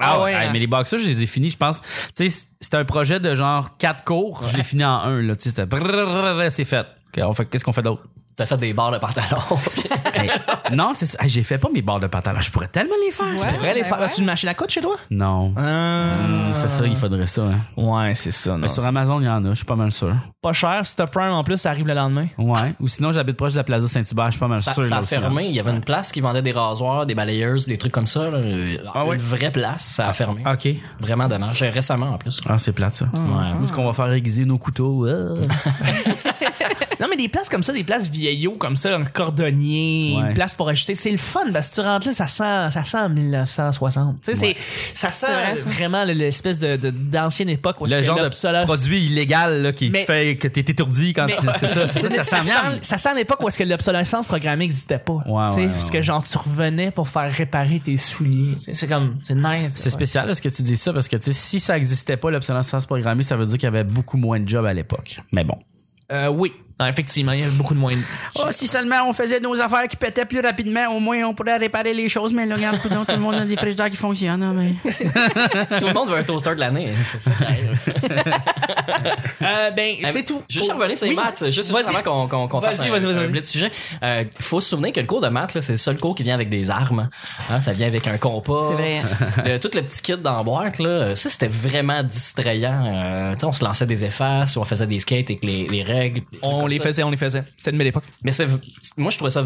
[SPEAKER 2] Ah ouais,
[SPEAKER 1] ouais,
[SPEAKER 2] hey,
[SPEAKER 1] hein.
[SPEAKER 2] mais les boxers, je les ai finis, je pense. Tu sais, c'était un projet de genre quatre cours. Je l'ai fini en un. Là. Tu sais, c'était brrrr, c'est fait. Ok, on fait- Qu'est-ce qu'on fait d'autre?
[SPEAKER 4] T'as fait des barres de pantalon.
[SPEAKER 2] [LAUGHS] Hey, non, c'est ça. Hey, j'ai fait pas mes barres de pantalon. Je pourrais tellement les faire.
[SPEAKER 3] Ouais,
[SPEAKER 1] Vrai, les
[SPEAKER 3] ben
[SPEAKER 1] fa-
[SPEAKER 3] ouais.
[SPEAKER 1] As-tu une machine à coudre chez toi?
[SPEAKER 2] Non.
[SPEAKER 1] Hum,
[SPEAKER 2] Hum, C'est ça, il faudrait ça. hein.
[SPEAKER 1] Ouais, c'est ça. non.
[SPEAKER 2] Mais sur Amazon, il y en a, je suis pas mal sûr.
[SPEAKER 1] Pas cher, si t'as Prime en plus, ça arrive le lendemain.
[SPEAKER 2] Ouais. Ou sinon, j'habite proche de la Plaza Saint-Hubert, je suis pas mal
[SPEAKER 4] Ça,
[SPEAKER 2] sûr.
[SPEAKER 4] ça
[SPEAKER 2] là
[SPEAKER 4] a
[SPEAKER 2] aussi,
[SPEAKER 4] fermé.
[SPEAKER 2] hein.
[SPEAKER 4] Il y avait une place qui vendait des rasoirs, des balayeuses, des trucs comme ça. là. Euh,
[SPEAKER 2] Ah
[SPEAKER 4] une
[SPEAKER 2] ouais?
[SPEAKER 4] vraie place, ça a fermé.
[SPEAKER 2] OK.
[SPEAKER 4] Vraiment dommage. J'ai Récemment, en plus.
[SPEAKER 2] Ah, c'est plate, ça.
[SPEAKER 4] Ouais.
[SPEAKER 2] Où est-ce qu'on va faire aiguiser nos couteaux? euh?
[SPEAKER 1] [LAUGHS] Non, mais des places comme ça, des places vieillots comme ça, un cordonnier,
[SPEAKER 2] Ouais.
[SPEAKER 1] une place pour ajuster, c'est le fun parce que tu rentres là, ça sent, ça sent 1960. Tu sais, c'est, ça sent
[SPEAKER 3] vrai, ça.
[SPEAKER 1] vraiment le- l'espèce de, de- d'ancienne époque. Où
[SPEAKER 2] Le genre de produit illégal là, qui
[SPEAKER 1] Mais-
[SPEAKER 2] fait que t'es étourdi quand
[SPEAKER 1] Mais-
[SPEAKER 2] tu- c'est ça, c'est ça, que ça sent bien.
[SPEAKER 1] [LAUGHS] ça sent l'époque où est-ce que l'obsolescence programmée n'existait pas.
[SPEAKER 2] Ouais,
[SPEAKER 1] tu sais,
[SPEAKER 2] ouais, ouais,
[SPEAKER 1] parce que
[SPEAKER 2] ouais.
[SPEAKER 1] genre tu revenais pour faire réparer tes souliers. Tu sais, C'est comme, c'est nice.
[SPEAKER 2] C'est spécial là, ce que tu dis ça parce que tu sais, si ça existait pas l'obsolescence programmée, ça veut dire qu'il y avait beaucoup moins de jobs à l'époque. Mais bon.
[SPEAKER 1] Euh, oui, Non, effectivement, il y a beaucoup de moins. de-
[SPEAKER 2] Oh, si seulement on faisait nos affaires qui pétaient plus rapidement, au moins on pourrait réparer les choses. Mais là, regarde, donc tout le monde a des frigidaires qui fonctionnent. hein,
[SPEAKER 4] Tout le monde veut un toaster de l'année. C'est ça.
[SPEAKER 1] Euh, ben,
[SPEAKER 4] Eh,
[SPEAKER 1] c'est tout.
[SPEAKER 4] Juste
[SPEAKER 1] Pour-
[SPEAKER 4] revenir sur les
[SPEAKER 1] Oui.
[SPEAKER 4] maths, juste
[SPEAKER 1] Vas-y.
[SPEAKER 4] avant qu'on qu'on- qu'on fasse
[SPEAKER 1] Vas-y,
[SPEAKER 4] un,
[SPEAKER 1] vas-y, vas-y,
[SPEAKER 4] un
[SPEAKER 1] vas-y.
[SPEAKER 4] blitz sujet. Euh, faut se souvenir que le cours de maths, là, c'est le seul cours qui vient avec des armes. Hein, ça vient avec un compas.
[SPEAKER 3] C'est vrai.
[SPEAKER 4] [LAUGHS] Le- tout le petit kit dans la boîte, là, ça c'était vraiment distrayant. Euh, tu sais, on se lançait des effaces, ou on faisait des skates avec les, les règles. des trucs
[SPEAKER 1] On
[SPEAKER 4] comme
[SPEAKER 1] les
[SPEAKER 4] ça.
[SPEAKER 1] faisait, on les faisait. C'était une belle époque.
[SPEAKER 4] Mais c'est- moi, je trouvais ça.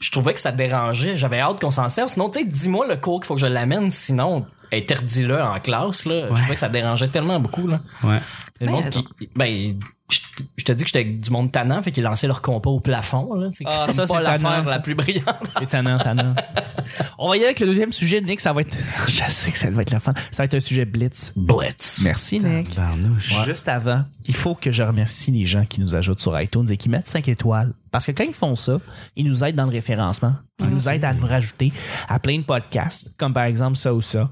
[SPEAKER 4] Je trouvais que ça dérangeait. J'avais hâte qu'on s'en serve. Sinon, tu sais, dis-moi le cours qu'il faut que je l'amène. Sinon, interdis-le en classe. Là. Je trouvais que ça dérangeait tellement beaucoup. Là.
[SPEAKER 2] Ouais.
[SPEAKER 4] Le
[SPEAKER 3] Ouais,
[SPEAKER 4] monde
[SPEAKER 3] raison.
[SPEAKER 4] qui- ben, je te- je te dis que j'étais avec du monde tannant, fait qu'ils lançaient leur compas au plafond. Là. C'est
[SPEAKER 1] Ah,
[SPEAKER 4] comme
[SPEAKER 1] ça,
[SPEAKER 4] pas
[SPEAKER 1] c'est tannant,
[SPEAKER 4] l'affaire
[SPEAKER 1] ça.
[SPEAKER 4] la plus brillante.
[SPEAKER 1] C'est tannant, tannant. On va y aller avec le deuxième sujet, Nick. Ça va être.
[SPEAKER 2] [LAUGHS]
[SPEAKER 1] Je sais que ça va être le fun. Ça va être un sujet blitz.
[SPEAKER 4] Blitz.
[SPEAKER 1] Merci, Nick. Juste avant, il faut que je remercie les gens qui nous ajoutent sur iTunes et qui mettent 5 étoiles. Parce que quand ils font ça, ils nous aident dans le référencement. Ils nous aident à nous rajouter à plein de podcasts, comme par exemple ça ou ça,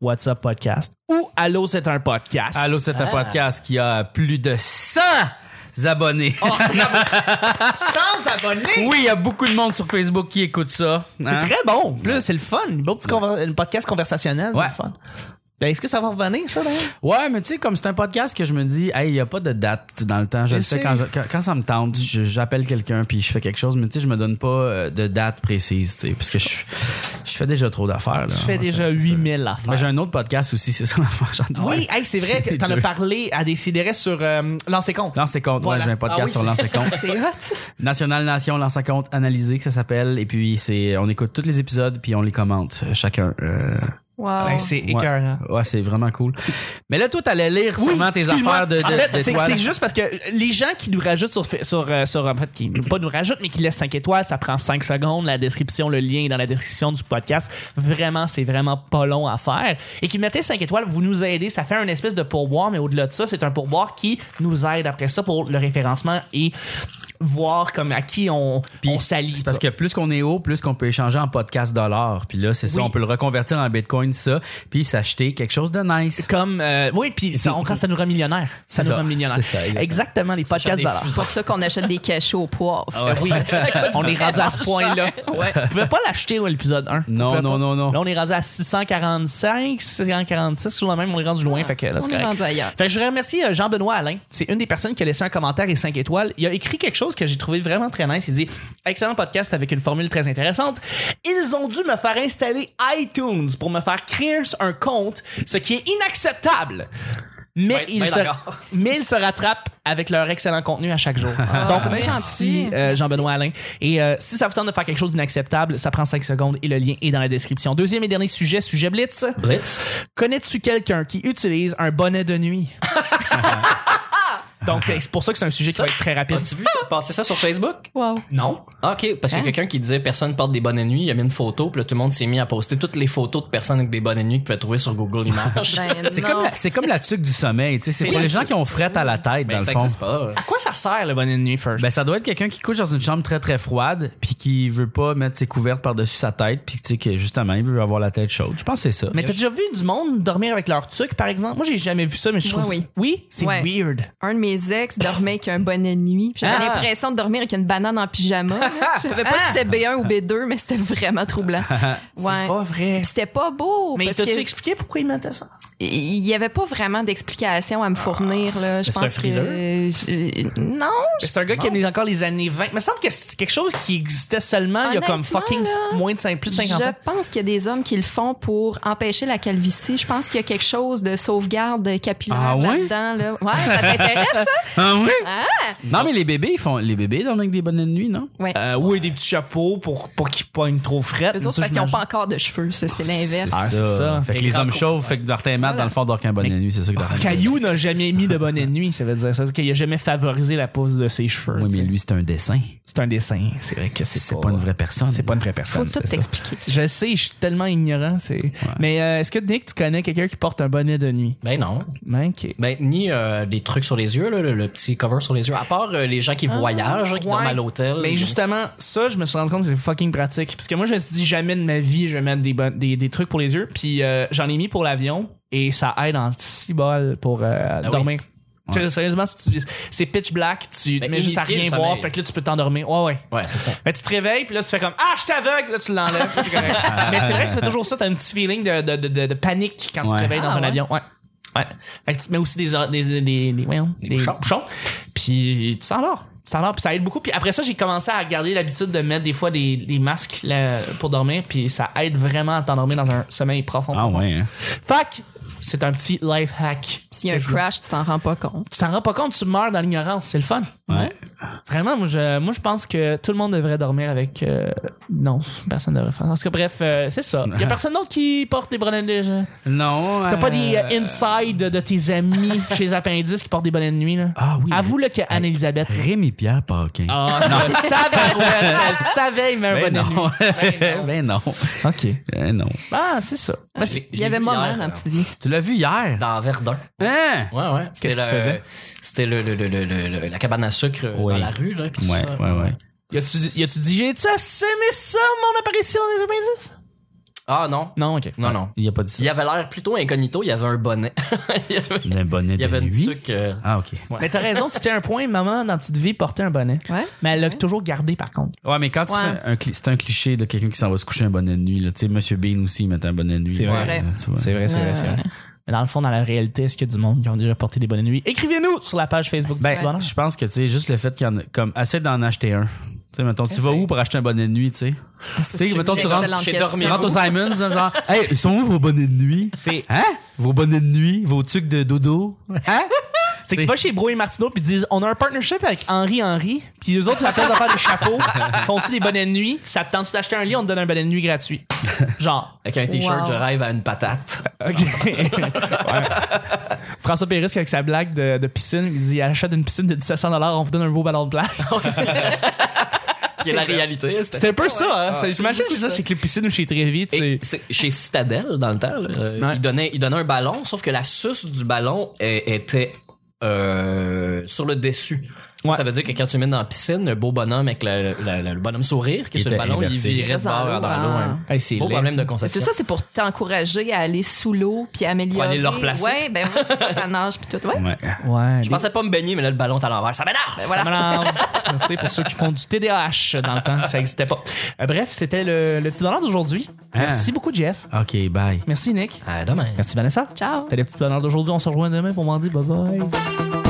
[SPEAKER 1] What's Up Podcast, ou Allô, c'est un podcast.
[SPEAKER 2] Allô, c'est un podcast qui a plus de 100 abonnés.
[SPEAKER 1] Oh. sans abonnés!
[SPEAKER 2] [LAUGHS] Oui, il y a beaucoup de monde sur Facebook qui écoute ça.
[SPEAKER 1] C'est
[SPEAKER 2] Hein?
[SPEAKER 1] très bon. En Plus, c'est le fun. Beau petit conver- un podcast conversationnel, c'est
[SPEAKER 2] Ouais.
[SPEAKER 1] le fun. Ben, est-ce que ça va revenir, ça, d'ailleurs?
[SPEAKER 2] Ouais, mais tu sais, comme c'est un podcast que je me dis, hey, il n'y a pas de date tu sais, dans le temps. Je
[SPEAKER 1] Mais
[SPEAKER 2] le sais,
[SPEAKER 1] c'est-
[SPEAKER 2] quand, je- quand, quand ça me tente, je- j'appelle quelqu'un puis je fais quelque chose, mais tu sais, je me donne pas euh, de date précise, tu sais, parce que je, je fais déjà trop d'affaires.
[SPEAKER 1] Tu fais déjà 8000 affaires.
[SPEAKER 2] Mais j'ai un autre podcast aussi, c'est ça l'affaire. j'en ai-
[SPEAKER 1] Oui, hey, c'est
[SPEAKER 2] [LAUGHS]
[SPEAKER 1] vrai que
[SPEAKER 2] Les
[SPEAKER 1] t'en as
[SPEAKER 2] deux.
[SPEAKER 1] parlé à Décideret sur euh, Lancer Compte.
[SPEAKER 2] Lancez compte,
[SPEAKER 1] Voilà.
[SPEAKER 2] ouais, j'ai un
[SPEAKER 1] Ah
[SPEAKER 2] podcast
[SPEAKER 1] oui,
[SPEAKER 2] sur
[SPEAKER 1] c'est-
[SPEAKER 2] Lancez
[SPEAKER 1] [LAUGHS]
[SPEAKER 2] compte.
[SPEAKER 3] C'est hot.
[SPEAKER 2] National Nation, Lancez compte, analysé que ça s'appelle. Et puis, c'est on écoute tous les épisodes puis on les commente euh, chacun. Euh,
[SPEAKER 3] Wow.
[SPEAKER 1] Ben, c'est
[SPEAKER 2] Ouais.
[SPEAKER 1] écœurant.
[SPEAKER 2] ouais, c'est vraiment cool. Mais là, toi, t'allais lire sûrement tes
[SPEAKER 1] excuse-moi.
[SPEAKER 2] affaires de. de-
[SPEAKER 1] En fait,
[SPEAKER 2] de
[SPEAKER 1] c'est,
[SPEAKER 2] toile.
[SPEAKER 1] c'est juste parce que les gens qui nous rajoutent sur, sur, euh, sur en fait, qui pas nous rajoutent, mais qui laissent 5 étoiles, ça prend 5 secondes. La description, le lien est dans la description du podcast. Vraiment, c'est vraiment pas long à faire. Et qui mettez 5 étoiles, vous nous aidez. Ça fait un espèce de pourboire, mais au-delà de ça, c'est un pourboire qui nous aide après ça pour le référencement et voir comme à qui on, on s'allie.
[SPEAKER 2] C'est parce que plus qu'on est haut, plus qu'on peut échanger en podcast dollar. Puis là, c'est ça,
[SPEAKER 1] Oui.
[SPEAKER 2] on peut le reconvertir en bitcoin, ça, puis s'acheter quelque chose de nice.
[SPEAKER 1] comme euh, oui puis ça, on, ça nous rend millionnaire ça
[SPEAKER 2] C'est
[SPEAKER 1] nous
[SPEAKER 2] ça,
[SPEAKER 1] rend millionnaire
[SPEAKER 2] c'est ça, exactement.
[SPEAKER 1] les podcasts
[SPEAKER 4] des
[SPEAKER 1] dollars
[SPEAKER 3] C'est pour ça qu'on achète des cachots au poivre.
[SPEAKER 1] Euh, [LAUGHS] oui.
[SPEAKER 3] [LAUGHS] Ça coûte
[SPEAKER 1] on est rendu à ce
[SPEAKER 3] vraiment
[SPEAKER 1] point-là.
[SPEAKER 3] cher. Ouais.
[SPEAKER 1] [LAUGHS] Vous pouvez pas l'acheter au l'épisode 1. Vous
[SPEAKER 2] Non,
[SPEAKER 1] pouvez
[SPEAKER 2] non,
[SPEAKER 1] pas.
[SPEAKER 2] non, non.
[SPEAKER 1] Là, on est rendu à 645, 646, toujours le même, on est rendu loin, fait que là,
[SPEAKER 3] Ah. On
[SPEAKER 1] c'est
[SPEAKER 3] est
[SPEAKER 1] correct.
[SPEAKER 3] rendu ailleurs.
[SPEAKER 1] Fait que je remercie euh, Jean-Benoît Alain. C'est une des personnes qui a laissé un commentaire et 5 étoiles. Il a écrit quelque chose que j'ai trouvé vraiment très nice. Il dit Excellent podcast avec une formule très intéressante. Ils ont dû me faire installer iTunes pour me faire créer un compte, ce qui est inacceptable. Mais,
[SPEAKER 4] Ouais,
[SPEAKER 1] ils
[SPEAKER 4] ben
[SPEAKER 1] se,
[SPEAKER 4] d'accord.
[SPEAKER 1] mais ils se rattrapent avec leur excellent contenu à chaque jour.
[SPEAKER 3] [LAUGHS]
[SPEAKER 1] Ah. Donc,
[SPEAKER 3] ben
[SPEAKER 1] merci
[SPEAKER 3] gentil.
[SPEAKER 1] euh, Jean-Benoît Alain. Et euh, si ça vous tente de faire quelque chose d'inacceptable, ça prend 5 secondes et le lien est dans la description. Deuxième et dernier sujet, sujet Blitz.
[SPEAKER 4] Brits.
[SPEAKER 1] Connais-tu quelqu'un qui utilise un bonnet de [LAUGHS] nuit? Donc, c'est pour ça que c'est un sujet qui va être très rapide.
[SPEAKER 4] As-tu vu passer ça sur Facebook?
[SPEAKER 1] [LAUGHS]
[SPEAKER 3] Wow.
[SPEAKER 1] Non.
[SPEAKER 4] Ah, Ok, parce qu'il y a
[SPEAKER 3] Hein?
[SPEAKER 4] quelqu'un qui disait personne porte des bonnes nuits, il a mis une photo, puis là, tout le monde s'est mis à poster toutes les photos de personnes avec des bonnes nuits qu'il pouvait trouver sur Google Images.
[SPEAKER 3] [LAUGHS] Ben,
[SPEAKER 2] C'est
[SPEAKER 3] non.
[SPEAKER 2] comme, la- c'est comme la tuque du sommeil, tu sais. C'est
[SPEAKER 1] C'est
[SPEAKER 2] pour
[SPEAKER 1] la
[SPEAKER 2] les gens
[SPEAKER 1] tuque.
[SPEAKER 2] qui ont frette à la tête,
[SPEAKER 4] Ben,
[SPEAKER 2] dans
[SPEAKER 4] ça
[SPEAKER 2] le fond.
[SPEAKER 4] existe pas.
[SPEAKER 1] À quoi ça sert le bonnet de nuit, first?
[SPEAKER 2] Ben, ça doit être quelqu'un qui couche dans une chambre très très froide, puis qui veut pas mettre ses couvertes par-dessus sa tête, puis tu sais que justement, il veut avoir la tête chaude. Je pense que c'est ça.
[SPEAKER 1] mais t'as déjà vu du monde dormir avec leur tuque, par exemple? Moi, j'ai jamais vu ça, mais je
[SPEAKER 3] Moi,
[SPEAKER 1] trouve.
[SPEAKER 3] oui.
[SPEAKER 1] Oui, c'est
[SPEAKER 3] Ouais.
[SPEAKER 1] weird.
[SPEAKER 3] Un de mes ex dormait avec un bonnet de nuit. puis J'avais
[SPEAKER 1] Ah.
[SPEAKER 3] l'impression de dormir avec une banane
[SPEAKER 1] [LAUGHS]
[SPEAKER 3] en pyjama. là. Je savais pas si c'était B1 ou B2, mais c'était vraiment troublant. Ouais.
[SPEAKER 1] [LAUGHS] C'est pas vrai.
[SPEAKER 3] Puis C'était pas beau.
[SPEAKER 1] Mais
[SPEAKER 3] parce
[SPEAKER 1] t'as-tu
[SPEAKER 3] que
[SPEAKER 1] expliqué pourquoi ils mettaient ça?
[SPEAKER 3] il y avait pas vraiment d'explication à me fournir. Là. Je
[SPEAKER 4] c'est
[SPEAKER 3] pense
[SPEAKER 4] un thriller?
[SPEAKER 3] que. je- Non, je-
[SPEAKER 1] C'est un gars qui aime les- encore les années 20. Il me semble que c'est quelque chose qui existait seulement il y a comme
[SPEAKER 3] Honnêtement,
[SPEAKER 1] fucking
[SPEAKER 3] là,
[SPEAKER 1] moins de 5, plus de 50 ans.
[SPEAKER 3] Je pense qu'il y a des hommes qui le font pour empêcher la calvitie. Je pense qu'il y a quelque chose de sauvegarde capillaire
[SPEAKER 2] Ah ouais?
[SPEAKER 3] là-dedans. Là. Ouais, ça t'intéresse, ça?
[SPEAKER 2] Ah oui?
[SPEAKER 3] Ah!
[SPEAKER 2] Non, mais les bébés, ils font. Les bébés dorment avec des bonnes nuits, non?
[SPEAKER 3] Ouais.
[SPEAKER 1] Euh, oui, des petits chapeaux pour, pour qu'ils pognent trop fret. mais
[SPEAKER 3] Eux autres,
[SPEAKER 1] ça,
[SPEAKER 3] parce qu'ils n'ont
[SPEAKER 1] j'imagine.
[SPEAKER 3] pas encore de cheveux, ça, c'est l'inverse.
[SPEAKER 2] Ah, c'est
[SPEAKER 1] ça.
[SPEAKER 2] ça. Fait que
[SPEAKER 1] Les
[SPEAKER 2] les
[SPEAKER 1] grands
[SPEAKER 2] hommes
[SPEAKER 1] coups.
[SPEAKER 2] chauves, fait que Martin et Matt, dans le fond, dorment avec un bonnet de nuit, c'est ça que Martin-
[SPEAKER 1] Caillou n'a jamais mis de bonnet de nuit, ça veut dire ça. C'est qu'il a jamais favorisé la pose de ses cheveux.
[SPEAKER 2] Oui,
[SPEAKER 1] tu
[SPEAKER 2] mais
[SPEAKER 1] sais.
[SPEAKER 2] lui, c'est un dessin.
[SPEAKER 1] C'est un dessin. C'est vrai que
[SPEAKER 2] C'est pas une vraie personne.
[SPEAKER 1] C'est pas une vraie
[SPEAKER 3] Faut
[SPEAKER 1] personne.
[SPEAKER 3] tout
[SPEAKER 1] c'est ça.
[SPEAKER 3] t'expliquer.
[SPEAKER 1] Je le sais, je suis tellement ignorant. c'est- Mais euh, est-ce que Nick, tu connais quelqu'un qui porte un bonnet de nuit?
[SPEAKER 4] Ben non.
[SPEAKER 1] Ben, ok.
[SPEAKER 4] Ben, ni euh, des trucs sur les yeux, là, le, le petit cover sur les yeux. À part euh, les gens qui voyagent, qui
[SPEAKER 1] Ah, Ouais.
[SPEAKER 4] dorment à l'hôtel.
[SPEAKER 1] Mais justement, ça, je me suis rendu compte que c'est fucking pratique. Parce que moi, je me suis dit, jamais de ma vie, je vais mettre des, bon- des, des trucs pour les yeux. Puis euh, j'en ai mis pour l'avion et ça aide en 6 balles pour euh,
[SPEAKER 4] Ah oui.
[SPEAKER 1] dormir. Tu sais, Sérieusement, si tu- c'est pitch black, tu te
[SPEAKER 4] Ben,
[SPEAKER 1] mets juste à
[SPEAKER 4] initier
[SPEAKER 1] rien
[SPEAKER 4] le
[SPEAKER 1] voir,
[SPEAKER 4] sommeil.
[SPEAKER 1] fait que là, tu peux t'endormir. Ouais, ouais.
[SPEAKER 4] Ouais, c'est ça.
[SPEAKER 1] Mais Ben, tu te réveilles, puis là, tu fais comme Ah, je t'aveugle, là, tu l'enlèves. puis t'es correct. mais c'est vrai que ça fait toujours ça, t'as un petit feeling de, de, de, de- de panique quand tu
[SPEAKER 2] Ouais.
[SPEAKER 1] te réveilles dans
[SPEAKER 3] Ah,
[SPEAKER 1] un
[SPEAKER 3] ouais.
[SPEAKER 1] avion. Ouais. Ouais. Fait que tu te mets aussi des, or- des, des, des, des- voyons, des
[SPEAKER 4] bouchons.
[SPEAKER 1] puis tu t'endors. Tu t'endors, puis ça aide beaucoup. Puis après ça, j'ai commencé à garder l'habitude de mettre des fois des, des masques là, pour dormir, puis ça aide vraiment à t'endormir dans un sommeil profond.
[SPEAKER 2] Ah
[SPEAKER 1] profond.
[SPEAKER 2] ouais, hein?
[SPEAKER 1] Fait que c'est un petit life hack.
[SPEAKER 3] S'il y a
[SPEAKER 1] que
[SPEAKER 3] un
[SPEAKER 1] je vois.
[SPEAKER 3] crash, tu t'en rends pas compte.
[SPEAKER 1] Tu t'en rends pas compte, tu meurs dans l'ignorance, c'est le fun.
[SPEAKER 2] Ouais.
[SPEAKER 1] Vraiment, moi je, moi, je pense que tout le monde devrait dormir avec. euh, non, personne devrait faire ça. En tout cas, bref, euh, c'est ça. [LAUGHS] Il y a personne d'autre qui porte des bonnets de nuit.
[SPEAKER 2] Non.
[SPEAKER 1] T'as pas
[SPEAKER 2] euh,
[SPEAKER 1] des euh, inside de tes [LAUGHS] amis chez les appendices qui portent des bonnets de nuit, là.
[SPEAKER 2] Ah oui.
[SPEAKER 1] Avoue-le que Anne-Elisabeth.
[SPEAKER 2] Rémi-Pierre Paquin.
[SPEAKER 1] Ah, non. [LAUGHS] Tabarouette, elle savait, il met un
[SPEAKER 2] ben,
[SPEAKER 1] bonnet de
[SPEAKER 2] non. [LAUGHS]
[SPEAKER 1] nuit.
[SPEAKER 2] ben non.
[SPEAKER 1] OK.
[SPEAKER 2] Ben non.
[SPEAKER 1] Ah, c'est ça. Mais c'est-
[SPEAKER 3] Il y
[SPEAKER 4] Je l'ai
[SPEAKER 3] avait
[SPEAKER 4] vu
[SPEAKER 3] ma
[SPEAKER 4] hier,
[SPEAKER 3] mère en
[SPEAKER 4] euh,
[SPEAKER 3] petite vie.
[SPEAKER 2] Tu l'as vu hier?
[SPEAKER 4] Dans Verdun.
[SPEAKER 2] Hein?
[SPEAKER 4] Ouais, ouais. C'était
[SPEAKER 1] Qu'est-ce qu'il
[SPEAKER 4] le-
[SPEAKER 1] faisait?
[SPEAKER 4] C'était le, le- le- le- le- la cabane à sucre euh,
[SPEAKER 2] Oui.
[SPEAKER 4] dans la rue, là. puis tout
[SPEAKER 2] Ouais,
[SPEAKER 4] ça.
[SPEAKER 2] ouais, ouais.
[SPEAKER 1] Y a-tu y a-tu dit, j'ai-tu assez aimé ça, mon apparition des appendices?
[SPEAKER 4] Ah non.
[SPEAKER 1] Non, OK.
[SPEAKER 4] Non, non.
[SPEAKER 2] Il a pas dit ça.
[SPEAKER 4] Il avait l'air plutôt incognito, il avait un bonnet. il y avait,
[SPEAKER 2] Un bonnet
[SPEAKER 4] il y
[SPEAKER 2] de
[SPEAKER 4] avait une
[SPEAKER 2] nuit.
[SPEAKER 4] tuque. euh,
[SPEAKER 2] Ah, OK.
[SPEAKER 1] Mais t'as raison, tu tiens un point. Maman, dans Petite Vie, portait un bonnet.
[SPEAKER 3] Ouais.
[SPEAKER 1] Mais elle l'a toujours gardé, par contre.
[SPEAKER 2] Ouais, mais quand tu
[SPEAKER 3] Ouais.
[SPEAKER 2] fais un cli- c'est un cliché de quelqu'un qui s'en va se coucher un bonnet de nuit, là. Tu sais, Monsieur Bean aussi, il mettait un bonnet de nuit.
[SPEAKER 1] C'est
[SPEAKER 2] là,
[SPEAKER 1] vrai.
[SPEAKER 2] tu vois.
[SPEAKER 1] vrai,
[SPEAKER 3] c'est vrai, c'est vrai.
[SPEAKER 1] Mais dans le fond, dans la réalité, est-ce qu'il y a du monde qui ont déjà porté des bonnets de nuit? Écrivez-nous sur la page Facebook du
[SPEAKER 2] Ben,
[SPEAKER 1] Petit Bonheur.
[SPEAKER 2] je pense que, tu sais, juste le fait qu'il y en a, comme, assez d'en acheter un. Tu sais, mettons, tu vas où pour acheter un bonnet de nuit, tu sais? Tu sais, mettons, tu rentres,
[SPEAKER 3] Excellente
[SPEAKER 4] chez
[SPEAKER 3] question.
[SPEAKER 2] tu rentres aux Simons, hein, genre, hey, ils sont où vos bonnets de nuit?
[SPEAKER 1] C'est-
[SPEAKER 2] Hein? Vos bonnets de nuit? Vos trucs de dodo? Hein?
[SPEAKER 1] C'est que
[SPEAKER 2] C'est-
[SPEAKER 1] tu vas chez Bro et Martineau puis ils disent on a un partnership avec Henri Henri puis les autres ils s'appellent à faire des chapeaux ils font aussi des bonnets de nuit ça te tente d'acheter un lit on te donne un bonnet de nuit gratuit genre
[SPEAKER 4] Avec un t-shirt,
[SPEAKER 3] Wow.
[SPEAKER 4] je rêve à une patate.
[SPEAKER 1] [LAUGHS] ok Ouais. François Péris avec sa blague de, de piscine il dit achète une piscine de 1700 on vous donne un beau ballon de plage
[SPEAKER 4] Qui est la réalité. c'était-
[SPEAKER 1] c'était un peu ça hein?
[SPEAKER 4] Ah,
[SPEAKER 1] C'est- j'imagine
[SPEAKER 4] c'est
[SPEAKER 1] c'est ça
[SPEAKER 4] ça.
[SPEAKER 1] chez les piscines ou chez Trévi tu
[SPEAKER 4] Et
[SPEAKER 1] sais.
[SPEAKER 4] c'est- chez Citadel, dans le temps, là, euh,
[SPEAKER 1] Ouais.
[SPEAKER 4] il, donnait, il donnait un ballon, sauf que la suce du ballon euh, était euh, sur le dessus.
[SPEAKER 1] Ouais.
[SPEAKER 4] Ça veut dire que quand tu mets dans la piscine, le beau bonhomme avec le, le- le- le bonhomme sourire qui est
[SPEAKER 2] Il
[SPEAKER 4] sur le
[SPEAKER 2] était
[SPEAKER 4] ballon,
[SPEAKER 2] inversé.
[SPEAKER 4] il virait de
[SPEAKER 3] Très
[SPEAKER 4] bord
[SPEAKER 3] en
[SPEAKER 4] dans
[SPEAKER 3] haut,
[SPEAKER 4] l'eau.
[SPEAKER 3] hein.
[SPEAKER 4] hein.
[SPEAKER 1] Hey, c'est
[SPEAKER 4] Beau
[SPEAKER 1] laid,
[SPEAKER 4] problème de
[SPEAKER 1] ça.
[SPEAKER 3] C'est
[SPEAKER 4] conception.
[SPEAKER 3] ça, c'est pour t'encourager à aller sous l'eau puis améliorer.
[SPEAKER 4] aller le replacer.
[SPEAKER 3] Ouais, ben ouais, c'est ça, ta nage puis tout. Ouais.
[SPEAKER 2] Ouais.
[SPEAKER 1] ouais
[SPEAKER 4] Je pensais pas me baigner, mais là, le ballon est à l'envers. Ça m'énerve!
[SPEAKER 1] Ça m'énerve. Merci pour ceux qui font du TDAH dans le temps, ça n'existait pas. Euh, bref, c'était le, le petit bonheur d'aujourd'hui. Merci beaucoup, Jeff.
[SPEAKER 2] Hein? OK, bye.
[SPEAKER 1] Merci, Nick.
[SPEAKER 4] À demain.
[SPEAKER 1] Merci, Vanessa.
[SPEAKER 3] Ciao.
[SPEAKER 1] C'était le petit bonheur d'aujourd'hui. On se rejoint demain pour mardi. Bye bye.